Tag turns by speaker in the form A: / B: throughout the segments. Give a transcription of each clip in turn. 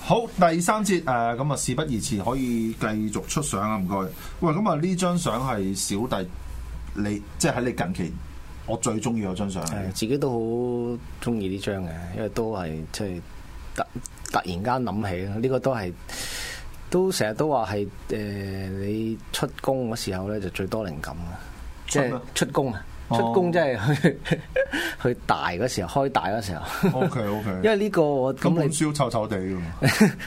A: 好，第三節誒，呃咁啊事不宜遲，可以繼續出相啊，唔該。喂，咁啊呢張相係小弟你，即係喺你近期我最中意嗰張相嚟
B: 係
A: 嘅。
B: 自己都好中意呢張嘅，因為都係即係突突然間諗起啦。呢、個都係都成日都話係誒你出工嗰時候咧就最多靈感嘅，即
A: 出
B: 係
A: 咩
B: 出工啊！
A: 哦
B: 出工即係去 去大嗰時候，開大嗰時候，
A: O K O K，
B: 因為呢個我
A: 咁
B: 咁
A: 本
B: 你
A: 書臭臭地㗎嘛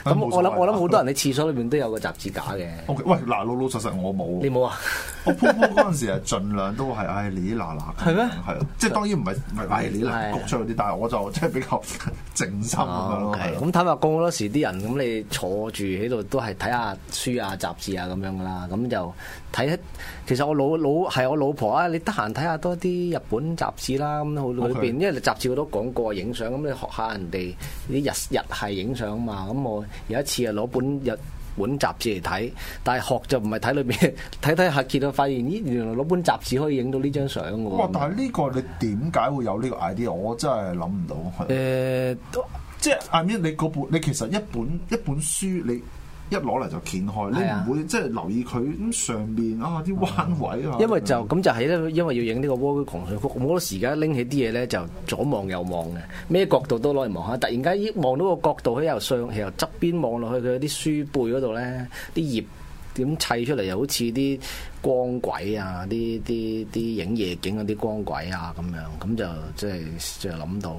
B: 咁我諗我諗好多人。
A: 冇所謂
B: 喺廁所裏面都有個雜誌架嘅，
A: O、k 喂，嗱老老實實我冇
B: 你
A: 喎，
B: 冇啊？
A: 我鋪鋪嗰陣時係盡量都係，唉你嗱嗱，
B: 係咩
A: 係啊，即係當然唔係唔係唉你嗱
B: 係
A: 焗出嗰啲，但係我就即係比較 靜心咁樣
B: 哦
A: 咯，係
B: ，OK
A: 啊
B: 咁坦白講，好多時啲人咁你坐住喺度都係睇下書啊、雜誌啊咁樣噶啦，咁就睇。其實我老老係我老婆啊，你得閒睇下多啲日本雜誌啦，咁好裏
A: OK
B: 邊，因為雜誌好多廣告啊、影相，咁你學下人哋啲日日係影相啊嘛。咁我有一次啊攞本日本雜誌嚟睇，但係學就唔係睇裏邊， 睇睇下見到發現，咦原來攞本雜誌可以影到呢張相嘅
A: 哇！但係
B: 喎。
A: 呢個你點解會有呢個 idea？我真係諗唔到。係
B: 誒都
A: 即係 I mean，你嗰本你其實一本一本書你。一攞嚟就掀開，
B: 係啊嗯
A: 你唔會即係留意佢咁上面啊啲彎位啊。
B: 因為就咁就係咧，因為要影呢個蝸居狂水曲，我好多時而家拎起啲嘢咧就左望右望嘅，咩角度都攞嚟望下。突然間一望到個角度，佢由上由側邊望落去佢啲書背嗰度咧，啲葉點砌出嚟又好似啲光軌啊，啲啲啲影夜景嗰啲光軌啊咁樣，咁就即係就諗到。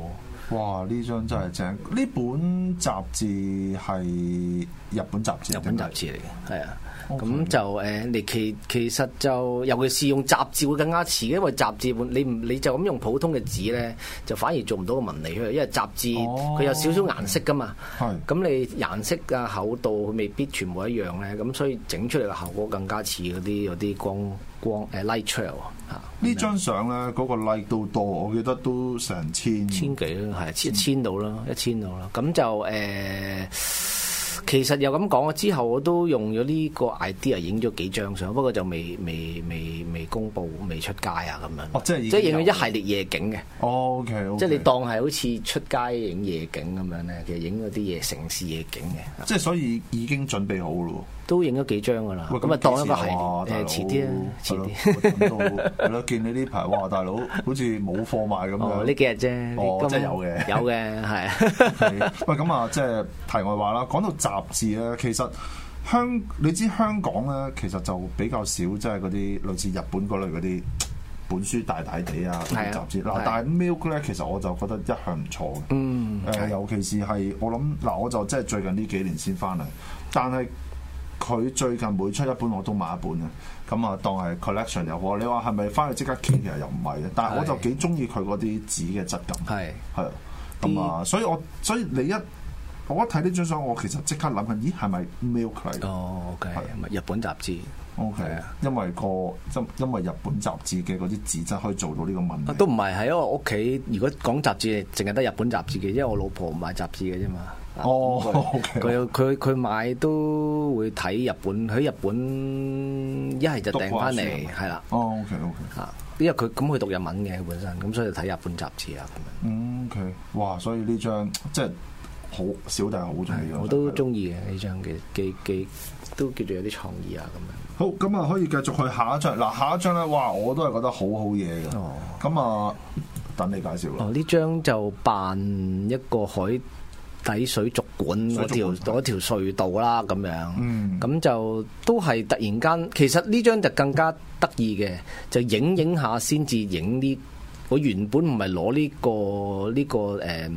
A: 哇！呢張真係正，呢本雜誌係日本雜誌，
B: 日本雜誌嚟嘅，係啊。
A: OK
B: 咁就誒，你其其實就尤其是用雜誌會更加似，因為雜誌本你唔你就咁用普通嘅紙咧，就反而做唔到個紋理出嚟，因為雜誌
A: 哦
B: 佢有少少顏色噶嘛。
A: 係
B: 咁你顏色啊厚度未必全部一樣咧，咁所以整出嚟嘅效果更加似嗰啲嗰啲光光誒 light trail 啊，
A: 呢張相咧，嗰個 like 都多，我記得都成千。
B: 千幾啦，
A: 嗯
B: 係千一千到啦，一千到啦。咁就誒、其實又咁講，之後我都用咗呢個 idea 影咗幾張相，不過就未未未未公佈、未出街啊咁樣。
A: 哦即係已經
B: 即係影
A: 有
B: 咗一系列夜景嘅
A: O K，
B: 即係你當係好似出街影夜景咁樣咧，其實影嗰啲夜城市夜景嘅，
A: 即係所以已經準備好咯
B: 都影咗幾張噶啦。
A: 喎。喂
B: 咁啊，當一個系列
A: 哇大佬
B: 誒，遲啲啦，遲啲。
A: 係咯我等到係咯，見你呢排哇，大佬好似冇貨賣咁
B: 哦，
A: 樣。
B: 呢幾日啫，
A: 哦
B: 你今
A: 即係有嘅
B: 有嘅係 啊。
A: 係喂，咁啊，即係題外話啦。講到雜誌咧，其實香你知香港咧，其實就比較少，即係嗰啲類似日本嗰類嗰啲本書大大地啊
B: 係啊
A: 雜誌。嗱
B: 係，
A: 但係 Milk 咧，其實我就覺得一向唔錯嘅。
B: 嗯，
A: 誒、尤其是係我諗嗱，我就即係最近呢幾年先翻嚟，但係佢最近每出一本我都買一本嘅，咁啊當係 collection 又好。你話係咪翻去即刻傾，其實又唔係嘅，但係我就
B: 係
A: 幾中意佢嗰啲紙嘅質感。
B: 係。
A: 係啊，咁啊，所以我所以你一我一睇呢張相，我其實即刻諗緊，咦係咪 milk 嚟嘅
B: 哦，OK，
A: 係
B: 日本雜誌。
A: ？OK，
B: 係啊
A: 因為個因因為日本雜誌嘅嗰啲紙質可以做到呢個問
B: 啊
A: 題。
B: 都唔係，係因為我屋企如果講雜誌，淨係得日本雜誌嘅，因為我老婆唔買雜誌嘅啫嘛。啊
A: 哦
B: 咁 佢
A: OK
B: 佢佢佢買都會睇日本，喺日本一係就訂翻
A: 讀慣書係
B: 嚟，
A: 嘛
B: 係啦
A: 哦，OK OK，
B: 嚇，因為佢咁佢讀日文嘅佢本身，咁所以就睇日本雜誌啊咁
A: 嗯 OK，哇！所以呢張即係好小弟好中意
B: 樣。我都中意嘅呢張嘅，幾幾都叫做有啲創意啊咁
A: 好咁啊，可以繼續去下一張嗱，下一張咧，哇！我都係覺得好好嘢
B: 樣。
A: 嘅。
B: 哦。
A: 咁啊，等你介紹啦
B: 哦，。呢張就扮一個海底水族館嗰條
A: 水族館
B: 嗰條隧道啦，哦咁樣。
A: 嗯
B: 咁就都係突然間，其實呢張就更加得意嘅，就影影下先至影呢。我原本唔係攞呢個呢、個誒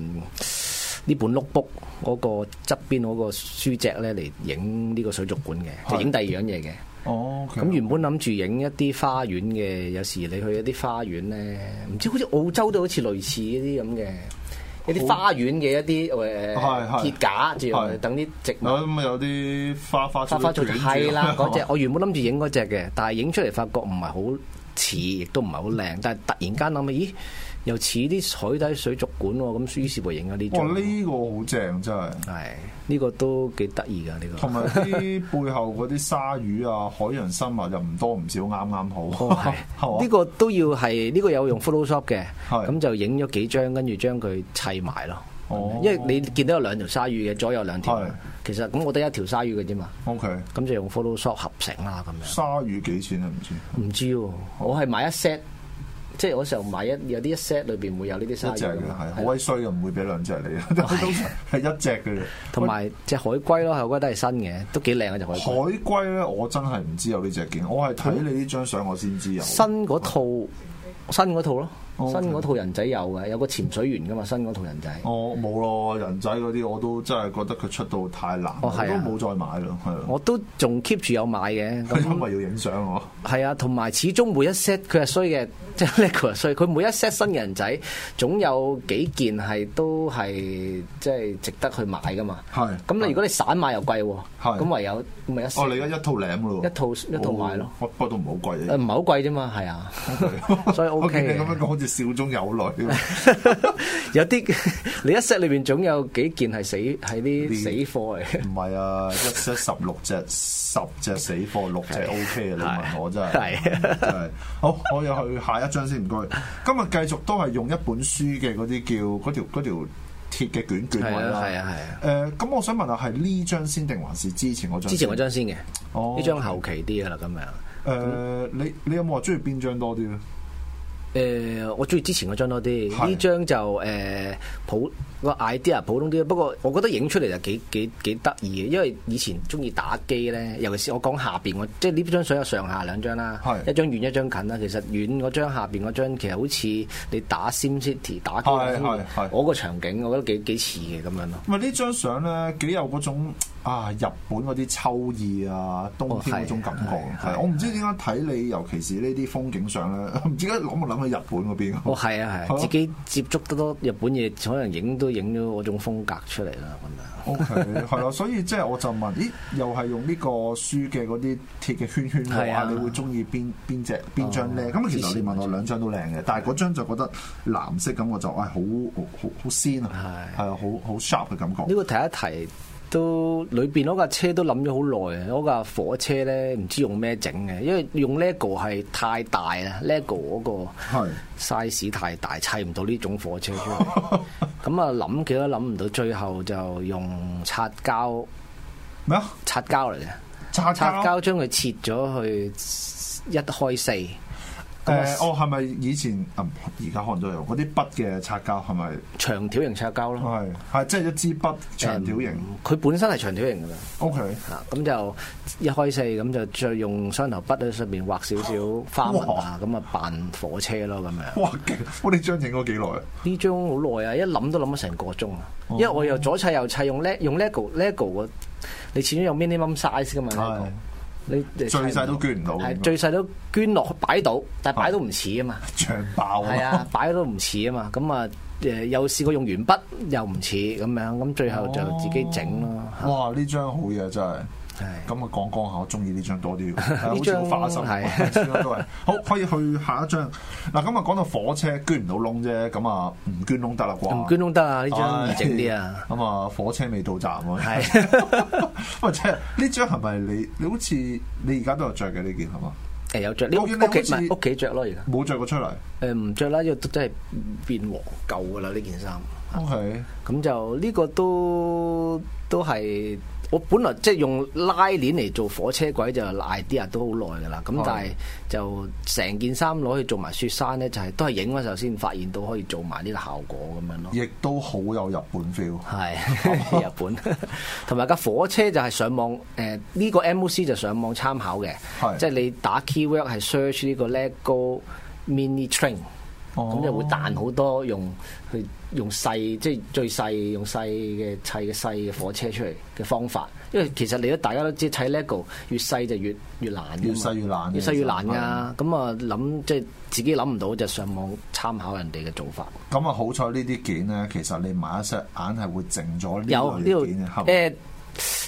B: 呢、本 notebook 嗰個側邊嗰個書脊咧嚟影呢個水族館嘅，就影第二樣嘢嘅。
A: 哦，
B: 咁原本諗住影一啲花園嘅，有時你去一啲花園咧，唔知好似澳洲都好似類似嗰啲咁嘅。一啲花園嘅一啲誒
A: 係係
B: 鐵架，仲要
A: 係啊
B: 等啲植物
A: 有咁有啲花花
B: 花花草草係啦，嗰只
A: 只
B: 我原本諗住影嗰只嘅，但係影出嚟發覺唔係好似，亦都唔係好靚。但係突然間諗起，咦，又似啲海底水族館喎，咁於是乎影咗呢
A: 哇！
B: 張。
A: 呢個好 正真係，
B: 係呢個都幾得意㗎，呢 個
A: 同埋啲背後嗰啲鯊魚啊、海洋生物又唔多唔少，啱啱
B: 哦
A: 好，
B: 係呢
A: 呢
B: 個都要係呢個有用 Photoshop 嘅，
A: 係
B: 咁就影咗幾張，跟住將佢砌埋咯。
A: 哦
B: 因為你見到有兩條鯊魚嘅，左右兩條
A: 係，
B: 其實咁我得一條鯊魚嘅啫嘛，
A: O K。
B: 咁就用 Photoshop 合成啦咁樣。
A: 鯊魚幾錢啊？唔知
B: 唔知喎，我係買一 set，即係我時候買一有啲一 set 裏邊會有呢啲
A: 一
B: 鯊
A: 隻
B: 魚
A: 嘅
B: 㗎
A: 係好
B: 嘛
A: 啊
B: 係啊啦，
A: 鬼衰嘅，唔會俾兩隻你， 通常係一隻嘅啫。
B: 同埋只海龜咯，海龜都係新嘅，都幾靚嘅只海
A: 海
B: 龜。
A: 龜咧，我真係唔知有呢只件，我係睇你呢張相我先知有。
B: 新嗰套，新嗰套咯，
A: 哦
B: 新嗰套人仔有嘅，有個潛水員㗎嘛，新嗰套人仔。
A: 我哦冇咯，人仔嗰啲我都真係覺得佢出到太難，
B: 哦
A: 我
B: 係
A: 都
B: 啊
A: 冇再買咯，係啊。
B: 我都仲 keep 住有買嘅，咁
A: 因為要影相我，
B: 係啊，同埋始終每一 set 佢係衰嘅， 即係佢係衰。佢每一 set 新嘅人仔，總有幾件係都係即係值得去買㗎嘛。
A: 係
B: 咁你如果你散買又貴喎，
A: 係
B: 咁唯有咪一 set
A: 哦，你而家一套領咯，
B: 一套一套買咯
A: 哦，不過都唔好貴
B: 誒
A: 嘅
B: 唔係好貴啫嘛，係啊， 所以
A: 我見
B: OK
A: 你咁樣
B: 嘅。
A: 講，好似笑中有 淚。
B: 有啲 你一 set 裏邊總有幾件係死係啲
A: 啲
B: 死貨嚟嘅。
A: 唔係啊，一 set 十六隻，十隻死貨，六隻 O K 啊！你問我真係，
B: 係
A: 真係好，我又去下一張先，唔該。今日繼續都係用一本書嘅嗰啲叫嗰條嗰條鐵嘅卷卷位啦。
B: 係啊係啊係啊
A: 誒，咁我想問下，係呢張先定還是之前嗰張？
B: 之前嗰。張先嘅，
A: 哦
B: 呢張啊後期啲嘅啦，咁樣。
A: 誒，你你有冇話中意邊張多啲咧？
B: 誒、我中意之前嗰張多啲，
A: 係
B: 呢張就誒、普個 idea 普通啲，不過我覺得影出嚟就幾幾幾得意嘅，因為以前中意打機咧，尤其是我講下邊我即係呢張相有上下兩張啦，
A: 係
B: 一張遠一張近啦。其實遠嗰張下邊嗰張其實好似你打 SimCity 打機
A: 係係係
B: 嗰個場景，我覺得幾幾似嘅咁樣咯。
A: 唔係啊呢張相咧，幾有嗰種啊日本嗰啲秋意啊，冬天嗰種感覺。
B: 哦係係
A: 係
B: 係
A: 我唔知點解睇你，尤其是呢啲風景相咧，唔知點解諗我諗起日本嗰邊。
B: 哦，係啊，係
A: 好
B: 啊，自己接觸得多日本嘢，可能影都影咗嗰種風格出嚟啦，咁樣。
A: O K，係啦，所以即係我就問，咦，又係用呢個書嘅嗰啲鐵嘅圈圈嘅
B: 係
A: 話，
B: 啊
A: 你會中意邊邊只邊張咧？
B: 哦
A: 咁其實你問
B: 之
A: 我
B: 前
A: 兩張都靚嘅，但係嗰張就覺得藍色咁，我就唉好好好好鮮啊，係
B: 係
A: 啊，好好 sharp 嘅感覺。
B: 呢個提一提都裏邊嗰架車都諗咗好耐啊！嗰架火車咧唔知用咩整嘅，因為用 LEGO 係太大啦，LEGO 嗰個
A: 係
B: size 太大，砌唔到呢種火車出嚟。咁啊諗幾多諗唔到，最後就用擦膠
A: 咩啊？
B: 擦膠嚟嘅，
A: 擦
B: 擦
A: 膠
B: 膠將佢切咗去一開四。
A: 誒，哦，係咪以前啊？而家可能都有嗰啲筆嘅擦膠係咪？
B: 長條形擦膠咯，
A: 係係即係一支筆長條形。
B: 嗯佢本身係長條形㗎啦。
A: O K，
B: 啊，咁就一開四咁就再用雙頭筆喺上面畫少少花紋啊，咁啊扮火車咯咁 樣。
A: 哇勁！我哋張影咗幾耐啊？
B: 呢張好耐啊，一諗都諗咗成個鐘啊，
A: 哦
B: 因為我又左砌右砌，用 le 用 lego lego 個，你始終有 minimum size 噶嘛
A: 係
B: lego，你你砌唔
A: 最細都捐唔到，啊
B: 係最細都捐落去擺到，但
A: 哦
B: 係擺到唔似啊嘛，
A: 長爆
B: 係啊，擺到唔似啊嘛，咁啊誒又試過用鉛筆又唔似咁樣，咁最後就自己整咯，
A: 哇！呢張好嘢真係，
B: 係
A: 咁啊講講下，我中意呢張多 啲喎，係好似
B: 張
A: 好花心，
B: 係
A: 算啦都係。好，可以去下一張。嗱，咁啊講到火車捐唔到窿啫，咁啊唔捐窿得啦啩？
B: 唔捐都得啊，呢張易
A: 唉
B: 整啲啊，。
A: 咁啊，火車未到站啊。
B: 係。
A: 喂，即係呢張係咪你？你好似你而家都有着嘅呢件係嘛？
B: 誒有着呢屋
A: 我
B: 屋企
A: 見你
B: 唔
A: 好似
B: 係屋企着咯而家
A: 冇着過出嚟。
B: 誒唔着啦，因為都真係變黃舊噶啦呢件衫，
A: O K，
B: 咁就呢個都都係我本來即係用拉鏈嚟做火車軌就 idea 都好耐噶啦，咁
A: 係
B: 但係就成件衫攞去做埋雪山咧，就係、都係影嗰時候先發現到可以做埋呢個效果咁樣咯。
A: 亦都好有日本 feel。
B: 係日本，同埋架火車就係上網誒呢、個 MOC 就上網參考嘅
A: 係，
B: 即係你打 keyword 係 search 呢個 LEGO mini train。
A: 哦
B: 咁就會彈好多用去用細即係最細用細嘅砌嘅細嘅火車出嚟嘅方法，因為其實你都大家都知砌 LEGO 越細就越越難㗎嘛
A: 越細越難嘅
B: 越細越難
A: 其實係
B: 㗎。咁啊諗即係自己諗唔到就上網參考人哋嘅做法。
A: 咁啊，好彩呢啲件咧，其實你買一 set 硬係會剩咗呢
B: 有呢
A: 類
B: 度
A: 嘅件嘅，係咪
B: 誒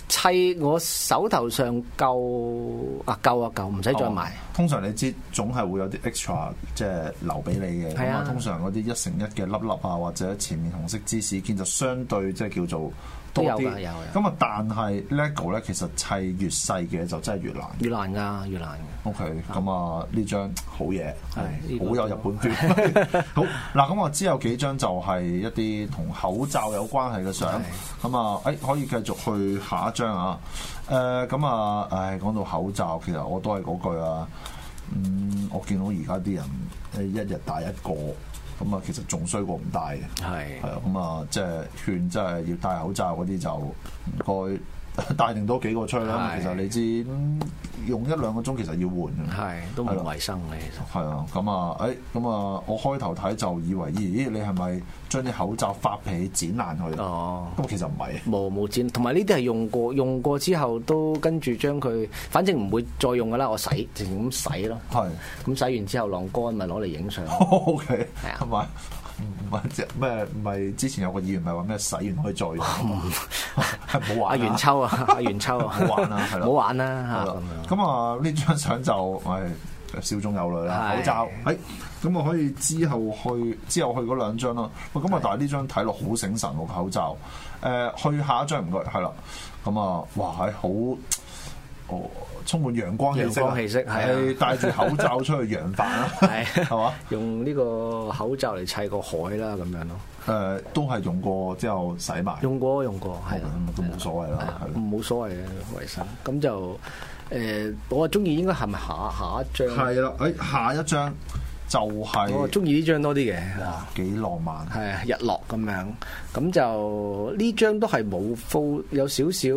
B: 砌我手頭上夠啊夠啊夠，唔使再買
A: 哦。通常你知總係會有啲 extra 即係留俾你嘅。
B: 係
A: 咁
B: 啊
A: 啊，通常嗰啲一成一嘅粒粒啊，或者前面紅色芝士件就相對即係叫做多
B: 都有
A: 啲
B: 㗎有有。
A: 咁啊，但係 lego 咧，其實砌越細嘅就真係越難。
B: 越難㗎，越難㗎。
A: OK，咁啊呢張好嘢，
B: 呢
A: 係
B: 個
A: 好有日本 feel。好嗱，咁我知有幾張就係一啲同口罩有關係嘅相，咁啊，誒可以繼續去下一張啊。誒咁啊，唉講到口罩，其實我都係嗰句啊，嗯，我見到而家啲人誒一日戴一個，咁啊其實仲衰過唔戴嘅。
B: 係
A: 係啊，咁啊，即係勸，即係要戴口罩嗰啲就唔該 戴定多幾個出去啦。
B: 係
A: 其實你知、嗯用一兩個鐘其實要換嘅。
B: 係都唔
A: 係咯
B: 衞生嘅，其實
A: 係啊，咁啊，誒、咁啊，我開頭睇就以為，咦，你係咪將啲口罩發皮剪爛佢？咁、
B: 哦。
A: 其實唔係，
B: 冇冇剪，同埋呢啲係用過，用過之後都跟住將佢，反正唔會再用噶啦，我洗，直情咁洗咯。
A: 係
B: 咁洗完之後晾乾，咪攞嚟影相。
A: OK，
B: 係啊
A: 同埋唔係即係咩？唔係之前有個議員咪話咩洗完可以 再用， 係冇
B: 阿
A: 玩
B: 元
A: 啊
B: 秋啊， 阿元秋啊，
A: 唔好玩啊係
B: 唔
A: 咯
B: 好玩啦
A: 係
B: 嚇
A: 啦
B: 咁樣。
A: 咁啊，呢張相就係少中有淚啦，
B: 係
A: 口罩。誒，咁我可以之後去之後去嗰兩張啦。喂，咁啊，但係呢張睇落好醒神喎，個口罩。誒，去下一張唔該，係啦。咁啊，哇，係好哦，充滿陽光氣息啊。
B: 陽光氣息係啊
A: 係戴住口罩出去揚帆 啦，
B: 係
A: 係嘛？
B: 用呢個口罩嚟砌個海啦，咁樣咯。
A: 誒，都係用過之後洗埋。
B: 用過用過，係啦，
A: 啊咁都冇所謂啦啊
B: 係啦
A: 係啦
B: 冇所謂嘅衞生。咁就誒，我中意應該係咪下下一張？
A: 係啦，誒，下一張就
B: 我
A: 係
B: 哦中意呢張多啲嘅。
A: 哇，幾浪漫。
B: 係啊，日落咁樣，咁就呢張都係冇 full 有少少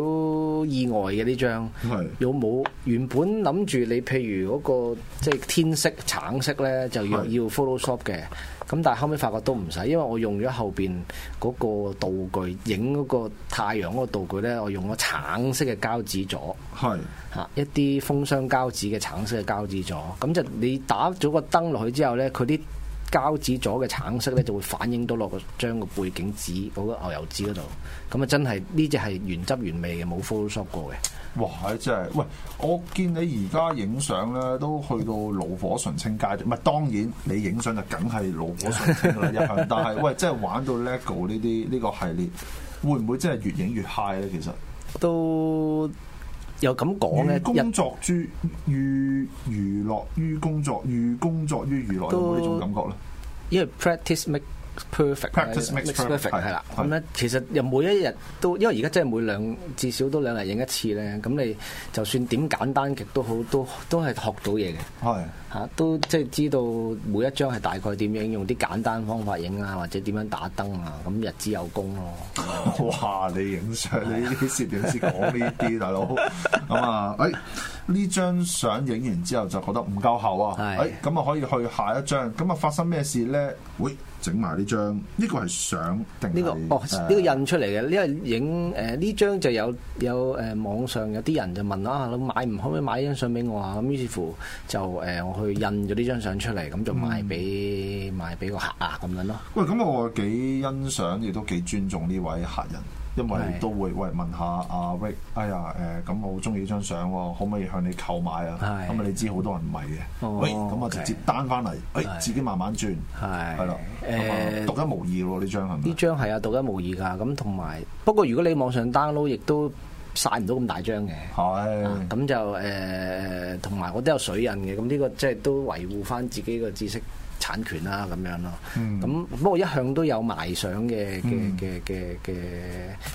B: 意外嘅呢張
A: 係，
B: 有冇原本諗住你譬如嗰、個即係天色橙色咧就要
A: 係
B: 要 Photoshop 嘅，咁但係後尾發覺都唔使，因為我用咗後邊嗰個道具影嗰個太陽嗰個道具咧，我用咗橙色嘅膠紙咗。
A: 係。
B: 嚇一啲封箱膠紙嘅橙色嘅膠紙咗，咁就你打咗個燈落去之後呢，佢啲膠紙咗嘅橙色呢就會反映到落個張個背景紙嗰、個牛油紙嗰度，咁啊真係呢只係原汁原味嘅，冇 Photoshop 過嘅，
A: 哇！真係，喂！我見你而家影相咧，都去到爐火純青階段。唔係當然，你影相就梗係爐火純青㗎啦，一向。但係，喂，真係玩到 LEGO 呢啲呢個系列，會唔會真係越影越 high 咧？其實，
B: 都有咁講
A: 寓
B: 嘅，
A: 工
B: 日
A: 作於寓娛樂於工作，寓工作於娛樂，有冇呢種感覺咧？
B: 因為 practice make perfect 啦
A: Practice makes perfect，
B: 係啦，
A: 係
B: 咁咧其實又每一日都，因為而家真係每兩至少都兩日影一次呢。咁你就算點簡單極都好，都都係學到嘢嘅。
A: 係
B: 嚇、都即係知道每一張係大概點樣用啲簡單方法影啊，或者點樣打燈啊，咁日之有功 咯。
A: 哇！你影相，你呢啲攝影師講呢啲， 大佬咁啊！誒呢張相影完之後就覺得唔夠厚啊！
B: 係
A: 誒咁啊，可以去下一張。咁啊，發生咩事咧？喂，整埋呢張，呢個係相定
B: 呢、
A: 係
B: 個哦，
A: 誒
B: 呢、個印出嚟嘅，因為影誒呢張就有有誒、呃、網上有啲人就問啊，你買唔可唔可以買張相俾我啊？咁於是乎就誒、呃我去印咗呢張相出嚟，咁就賣俾、賣俾個客啊咁樣咯。
A: 喂，咁我幾欣賞，亦都幾尊重呢位客人，因為
B: 係
A: 都會喂問下阿 Rick，哎呀誒，咁我好中意呢張相喎，可唔可以向你購買啊？
B: 係
A: 咁啊，你知好多人唔係嘅，
B: 哦
A: 喂，咁啊直
B: OK
A: 接單翻嚟，誒
B: 係
A: 自己慢慢轉，
B: 係
A: 係啦，咁啊
B: 誒
A: 獨一無二喎呢張係
B: 呢
A: 咪？
B: 張係啊，獨一無二㗎。咁同埋不過如果你網上 download 亦都晒唔到咁大張嘅。啊
A: 係
B: 咁就誒，同埋我都有水印嘅，咁呢個即係都維護翻自己個知識產權啦，咁樣咯。
A: 嗯
B: 咁不過一向都有賣相嘅嘅嘅嘅嘅，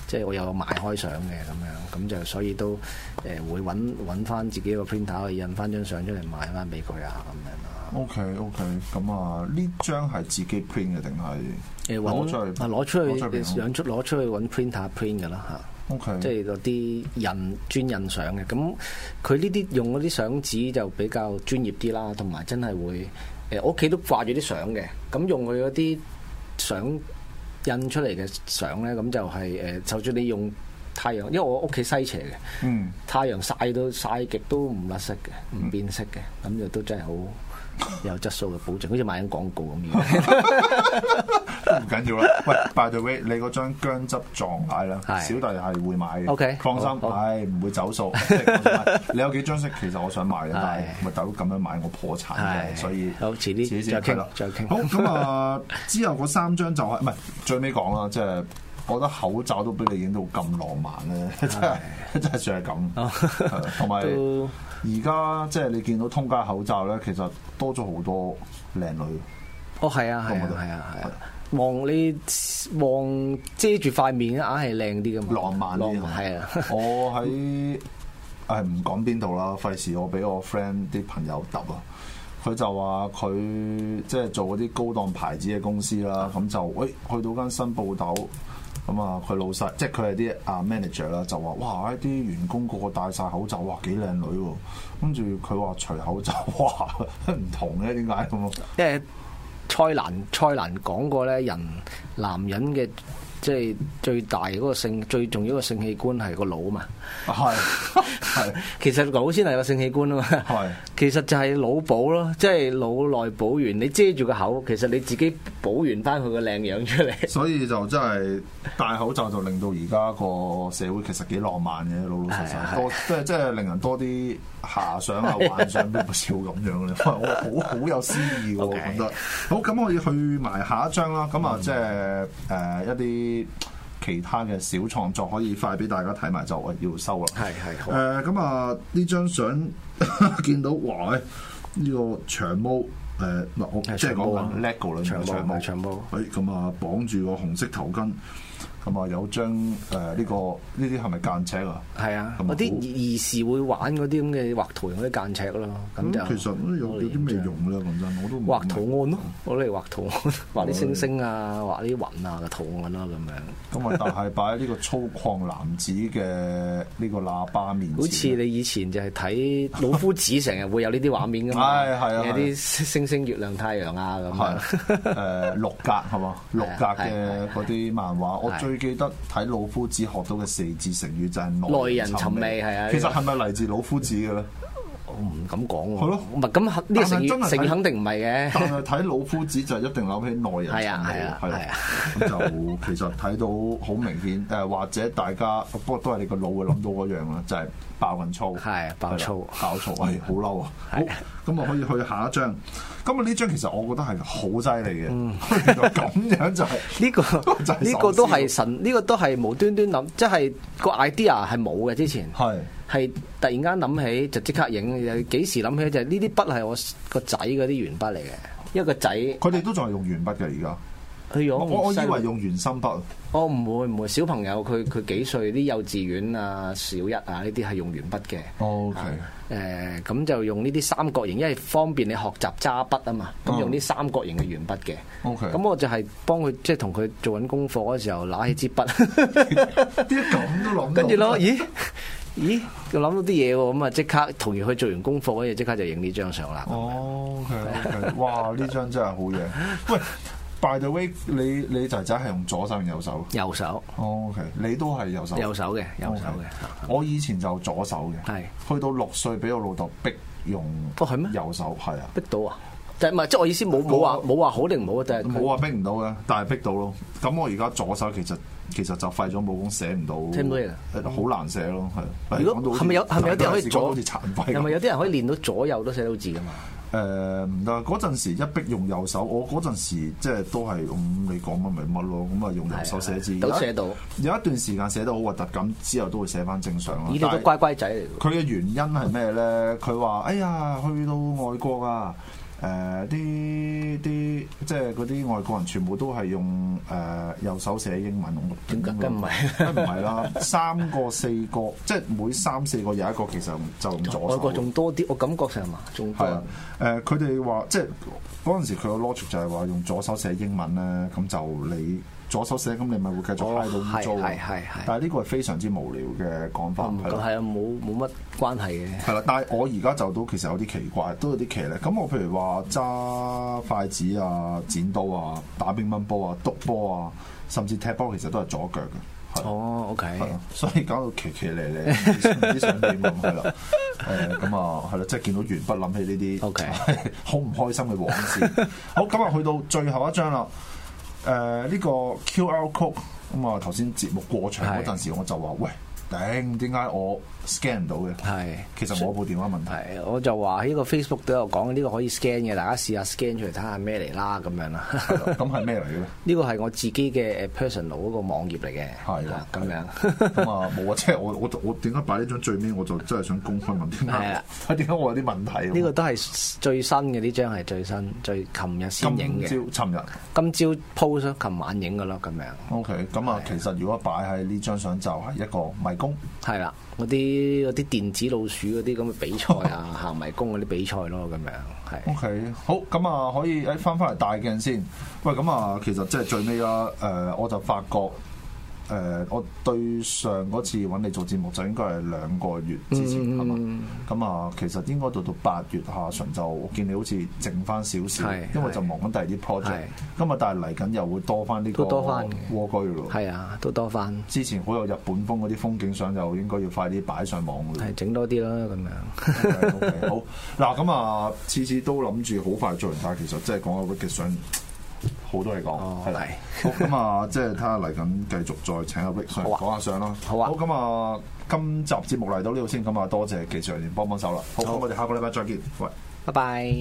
B: 即係我有賣開相嘅咁樣，咁就所以都誒會揾揾翻自己個 printer 去印翻張相出嚟賣翻俾佢啊，咁樣啦。
A: OK OK，咁啊呢張係自己 print 嘅定係
B: 誒
A: 攞出去？
B: 啊攞出
A: 攞
B: 去
A: 出去
B: 想出攞出去揾 printer print 嘅啦嚇。
A: OK，
B: 即係嗰啲印專印相嘅。咁佢呢啲用嗰啲相紙就比較專業啲啦，同埋真係會誒、誒我屋企都掛住啲相嘅，咁用佢嗰啲相印出嚟嘅相咧，咁就係、誒，就算你用太陽，因為我屋企西斜嘅，
A: 嗯，
B: 太陽曬到曬極都唔甩色嘅，唔變色嘅，咁就都真係好。有質素嘅保證，好似賣緊廣告咁樣。
A: 唔緊要啦。 喂，by the way，你嗰張姜汁撞奶啦，
B: 係
A: 小弟係會買嘅。
B: OK，
A: 放心，
B: 好好
A: 係唔會走 數。即係我想買你有幾張色？其實我想買嘅，但係
B: 係
A: 咪大佬咁樣買我破產嘅，
B: 係
A: 所以
B: 好遲啲
A: 先
B: 再傾
A: 係啦
B: 再傾
A: 好咁 啊，之後嗰三張就係唔係最尾講啦，即係。我覺得口罩都俾你影到咁浪漫咧，真係真係算係咁，係啦同埋
B: 哦 都
A: 而家即係你見到通街口罩咧，其實多咗好多靚女。
B: 哦，係啊，係
A: 我
B: 啊
A: 覺，得
B: 係啊，係啊。望你望遮住塊面，硬啊係靚啲噶嘛，
A: 浪漫啲
B: 漫係啊。
A: 我喺誒唔講邊度啦，費事我俾我 friend 啲朋友揼啊！佢就話佢即係做嗰啲高檔牌子嘅公司啦，咁就喂去到間新報豆，咁啊佢老細即係佢係啲啊 manager 啦，就話哇啲員工個個戴晒口罩，哇幾靚女喎！跟住佢話除口罩，哇 唔同嘅點解咁啊？
B: 因為蔡蘭蔡蘭講過咧，人男人嘅即係最大嗰個性最重要嘅性器官係個腦啊嘛。
A: 係係
B: 其實腦先係個性器官啊嘛。
A: 係
B: 其實就係腦補咯，即係腦內補完，你遮住個口，其實你自己補完翻佢個靚樣出嚟。
A: 所以就真係戴口罩就令到而家個社會其實幾浪漫嘅，老老實
B: 係啊
A: 實，多即係即係令人多啲遐想啊、幻想都唔少咁樣 咧。哇我好好有詩意喎，我
B: OK 嗯
A: 覺得。好，咁我要去埋下一張啦。咁啊，即係誒一啲其他嘅小創作可以快俾大家睇埋就我要收啦。
B: 係係好
A: 誒咁啊！呢張相 見到哇！呢個長毛誒嗱，我即
B: 係
A: 係講
B: 長毛啊
A: 緊 lego 裏面嘅
B: 長毛
A: 長毛，
B: 係長
A: 誒咁
B: 毛
A: 啊，綁住個紅色頭巾，咁啊有張誒呢個呢啲係咪間尺啊？
B: 係啊，
A: 咁
B: 嗰啲
A: 好
B: 兒時會玩嗰啲咁嘅畫圖用嗰啲間尺咯，咁
A: 咁
B: 就
A: 其實有有啲咩用咧？講真，我都唔
B: 畫
A: 明
B: 圖案咯，攞嚟畫圖 案，畫啲星星啊，畫啲雲啊嘅圖案啦，咁樣
A: 咁啊，但係擺喺呢個粗犷男子嘅呢個喇叭面前，
B: 好似你以前就係 睇老夫子成日會有呢啲畫面噶嘛，
A: 係係啊
B: 有
A: 係
B: 啲星星、月亮、太陽啊咁
A: 係
B: 樣，
A: 誒六格係 嘛？六格嘅嗰啲漫畫，我
B: 係
A: 最記得睇老夫子學到嘅四字成語就係
B: 耐人尋味係啊
A: 其實係咪嚟自老夫子嘅咧？
B: 我唔敢講喎。
A: 係咯
B: 唔係咁呢個
A: 但
B: 成
A: 係真係
B: 語成
A: 睇
B: 語肯定唔係
A: 但
B: 嘅，
A: 係睇老夫子就一定諗起耐
B: 係
A: 人
B: 啊
A: 尋味
B: 係
A: 啦
B: 啊係啊
A: 咁就其實睇到好明顯誒，或者大家不過都係你個腦會諗到嗰樣啦，就係爆緊粗，
B: 係爆粗
A: 係啦爆粗，係好嬲啊！好
B: 係
A: 咁啊，可以去下一張。咁啊，呢張其實我覺得係好犀利嘅，
B: 嗯
A: 原來咁樣就係。
B: 呢個
A: 就係
B: 呢個都
A: 壽
B: 係
A: 司
B: 神，呢個都係無端端諗，即係個 idea 係冇嘅之前。
A: 係
B: 係突然間諗起就即刻影，又幾時諗起就係呢啲筆係我個仔嗰啲鉛筆嚟嘅，因為個仔
A: 佢哋都仲係用鉛筆嘅而家，
B: 佢用
A: 我我以為用鉛芯筆，
B: 我哦唔會唔會小朋友佢佢幾歲啲幼稚園啊小一啊呢啲係用鉛筆嘅。
A: OK
B: 啊誒咁、就用呢啲三角形，因為方便你學習揸筆啊嘛，咁
A: 嗯
B: 用啲三角形嘅鉛筆嘅。
A: OK
B: 咁我就係幫佢即係同佢做緊功課嗰時候揦起支 筆。
A: 點解咁都諗到？
B: 跟住咯，咦咦，又諗到啲嘢喎，咁啊即刻同完佢做完功課，跟住即刻就影呢張相啦。
A: 哦，OK OK，哇！ 呢張真係好嘢。喂，by the way，你你仔仔係用左手定右手
B: 右手，
A: 哦？OK，你都係右手。
B: 右手
A: 哦
B: 嘅，右手
A: OK
B: 嘅，
A: 我以前就左手嘅，
B: 係
A: 去到六歲俾我老豆逼用
B: 哦係咩
A: 右手係啊。
B: 逼到啊！就係唔係即係我意思冇冇話冇話好定唔好，啊但係
A: 冇啊
B: 佢
A: 話逼唔到嘅，但係逼到咯。咁我而家左手其實其實就廢咗武功，寫唔到，
B: 聽唔到嘢啊
A: 誒好難寫咯，係。啊
B: 如果係咪有係咪有啲人可以
A: 左
B: 左
A: 好似殘廢咁？
B: 係咪有啲人可以練到左右都寫到字噶嘛？
A: 誒唔得，嗰陣時一逼用右手，我嗰陣時即係都係咁、嗯你講乜咪乜咯，咁啊用右手寫字
B: 係係係都
A: 有一
B: 寫到
A: 有一段時間寫得好核突，咁之後都會寫翻正常啦。
B: 咦，你
A: 哦但
B: 都
A: 係
B: 乖乖仔嚟㗎
A: 佢嘅原因係咩咧？佢話：哎呀，去到外國啊，誒啲啲即係嗰啲外國人全部都係用誒、呃右手寫英文。我
B: 點解梗唔係
A: 梗唔係啦，三個四個，即係每三四個有一個其實就用左手。
B: 外國仲多啲，我感覺上係嘛，仲
A: 係啊
B: 多。，
A: 誒佢哋話即係嗰陣時佢個 logic 就係話用左手寫英文咧，咁就你左手寫，咁你咪會繼續
B: 哦
A: 揩到污糟啊
B: 係係係係
A: 但係呢個係非常之無聊嘅講法，
B: 唔
A: 係
B: 係
A: 啦
B: 啊，冇冇乜關係嘅。
A: 係啦，但係我而家就都其實有啲奇怪，都有啲奇咧。咁我譬如話揸筷子啊、剪刀啊、打乒乓波啊、篤波啊，甚至踢波，其實都係左腳嘅。係啦
B: 哦，OK，
A: 係啊所以搞到奇奇咧 咧，唔知想點咁係啦。誒咁啊，係啦，即係見到鉛筆諗起呢啲
B: OK
A: 好唔開心嘅往 事。好，咁啊去到最後一張啦。誒、呢個 QR code 咁啊，頭先節目過場嗰陣時，我就話：喂，頂點解我 scan 唔到嘅？
B: 係
A: 其實我部電話問題。
B: 係，我就話呢個 Facebook 都有講呢個可以 scan 嘅，大家試下 scan 出嚟睇下咩嚟啦咁樣啦。
A: 係啦咁係咩嚟嘅咧？
B: 呢個係我自己嘅誒呃 personal 嗰個網頁嚟嘅，
A: 係啦
B: 啊咁樣。
A: 咁啊冇啊，即係我我我點解擺呢張最尾？我就真係想公開問點
B: 係
A: 解
B: 啊
A: 我？ 點解我有啲問題？
B: 呢個都係最新嘅，呢張係最新，最琴日先影嘅。
A: 今朝尋日。
B: 今朝 post 咗琴晚影嘅咯，咁樣
A: OK，咁啊，其實如果擺喺呢張相就係一個迷宮，
B: 係啦。嗰啲嗰啲電子老鼠嗰啲咁嘅比賽 啊，行迷宮嗰啲比賽咯，咁樣係
A: OK，好，咁啊可以誒翻翻嚟大鏡先。喂，咁啊，其實即係最尾啦。誒、呃我就發覺誒、呃我對上嗰次揾你做節目就應該係兩個月之前
B: 嗯
A: 係嘛？咁啊、其實應該到到八月下旬就我見你好似剩翻少少
B: 係，
A: 因為就忙緊第二啲 project
B: 係。
A: 咁啊，但係嚟緊又會多翻呢個
B: 都多返嘅
A: 蝸居咯。
B: 係啊，都多翻
A: 之前好有日本風嗰啲風景相，就應該要快啲擺上網㗎啦
B: 係整多啲啦，咁樣
A: OK，OK，好嗱，咁啊，次次都諗住好快做完，但係其實真係講下 Ricky 想好多嘢講，
B: 哦
A: 係啦
B: 係。
A: 好咁啊，即係睇下嚟緊繼續再請阿 Ricky 上嚟
B: 好啊
A: 講下相啦。
B: 好啊
A: 好咁啊，今集節目嚟到呢度先，咁啊，多謝技術人員幫幫手啦。好，咁
B: 好
A: 我哋下個禮拜再見。喂。
B: 拜拜。